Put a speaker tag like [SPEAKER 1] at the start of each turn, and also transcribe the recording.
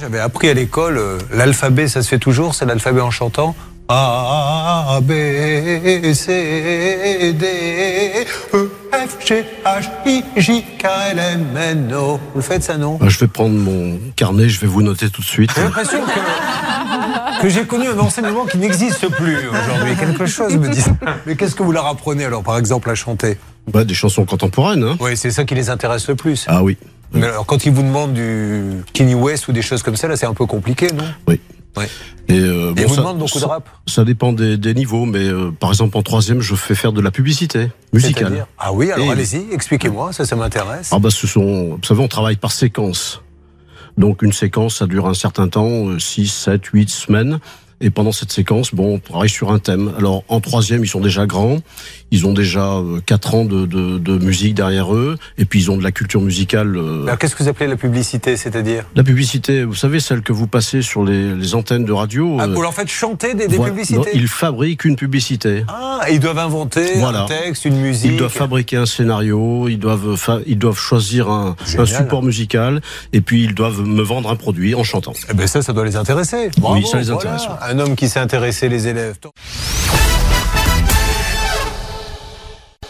[SPEAKER 1] J'avais appris à l'école, euh, l'alphabet, ça se fait toujours, c'est l'alphabet en chantant. A, B, C, D, E, F, G, H, I, J, K, L, M, N, O. Vous le faites ça, non
[SPEAKER 2] Bah, Je vais prendre mon carnet, je vais vous noter tout de suite.
[SPEAKER 1] J'ai l'impression que, que j'ai connu un enseignement qui n'existe plus aujourd'hui. Quelque chose me dit ça. Mais qu'est-ce que vous leur apprenez alors, par exemple, à chanter
[SPEAKER 2] Bah, des chansons contemporaines. Hein
[SPEAKER 1] Oui, c'est ça qui les intéresse le plus.
[SPEAKER 2] ah oui,
[SPEAKER 1] Mais alors, quand ils vous demandent du Kenny West ou des choses comme ça, là, c'est un peu compliqué, non
[SPEAKER 2] oui.
[SPEAKER 1] Ouais.
[SPEAKER 2] Et, euh,
[SPEAKER 1] Et
[SPEAKER 2] bon,
[SPEAKER 1] ils vous
[SPEAKER 2] ça,
[SPEAKER 1] demandent beaucoup de
[SPEAKER 2] ça-
[SPEAKER 1] rap
[SPEAKER 2] ça dépend des, des niveaux, mais euh, par exemple en troisième, je fais faire de la publicité musicale.
[SPEAKER 1] C'est-à-dire Ah oui, alors
[SPEAKER 2] Et-
[SPEAKER 1] allez-y, expliquez-moi, ça, ça m'intéresse.
[SPEAKER 2] Ah bah ce sont, vous savez, on travaille par séquence. Donc une séquence, ça dure un certain temps, euh, 6, 7, 8 semaines. Et pendant cette séquence, bon, on travaille sur un thème. Alors en troisième, ils sont déjà grands, ils ont déjà 4 ans de, de- de musique derrière eux, et puis ils ont de la culture musicale. euh,
[SPEAKER 1] Alors, qu'est-ce que vous appelez la publicité, c'est-à-dire
[SPEAKER 2] La publicité, vous savez, celle que vous passez sur les, les antennes de radio.
[SPEAKER 1] Ah,
[SPEAKER 2] euh,
[SPEAKER 1] Vous leur faites chanter des, des
[SPEAKER 2] voilà. Non,
[SPEAKER 1] publicités
[SPEAKER 2] ils fabriquent une publicité.
[SPEAKER 1] Ah, et ils doivent inventer un
[SPEAKER 2] Voilà.
[SPEAKER 1] texte, une musique.
[SPEAKER 2] Ils doivent fabriquer un scénario, ils doivent, fa- ils doivent choisir un, un
[SPEAKER 1] Génial.
[SPEAKER 2] support musical, et puis ils doivent me vendre un produit en chantant.
[SPEAKER 1] Eh ben ça, ça doit les intéresser. Bravo,
[SPEAKER 2] ça les
[SPEAKER 1] voilà.
[SPEAKER 2] intéresse, ouais.
[SPEAKER 1] Un homme qui sait intéresser les élèves.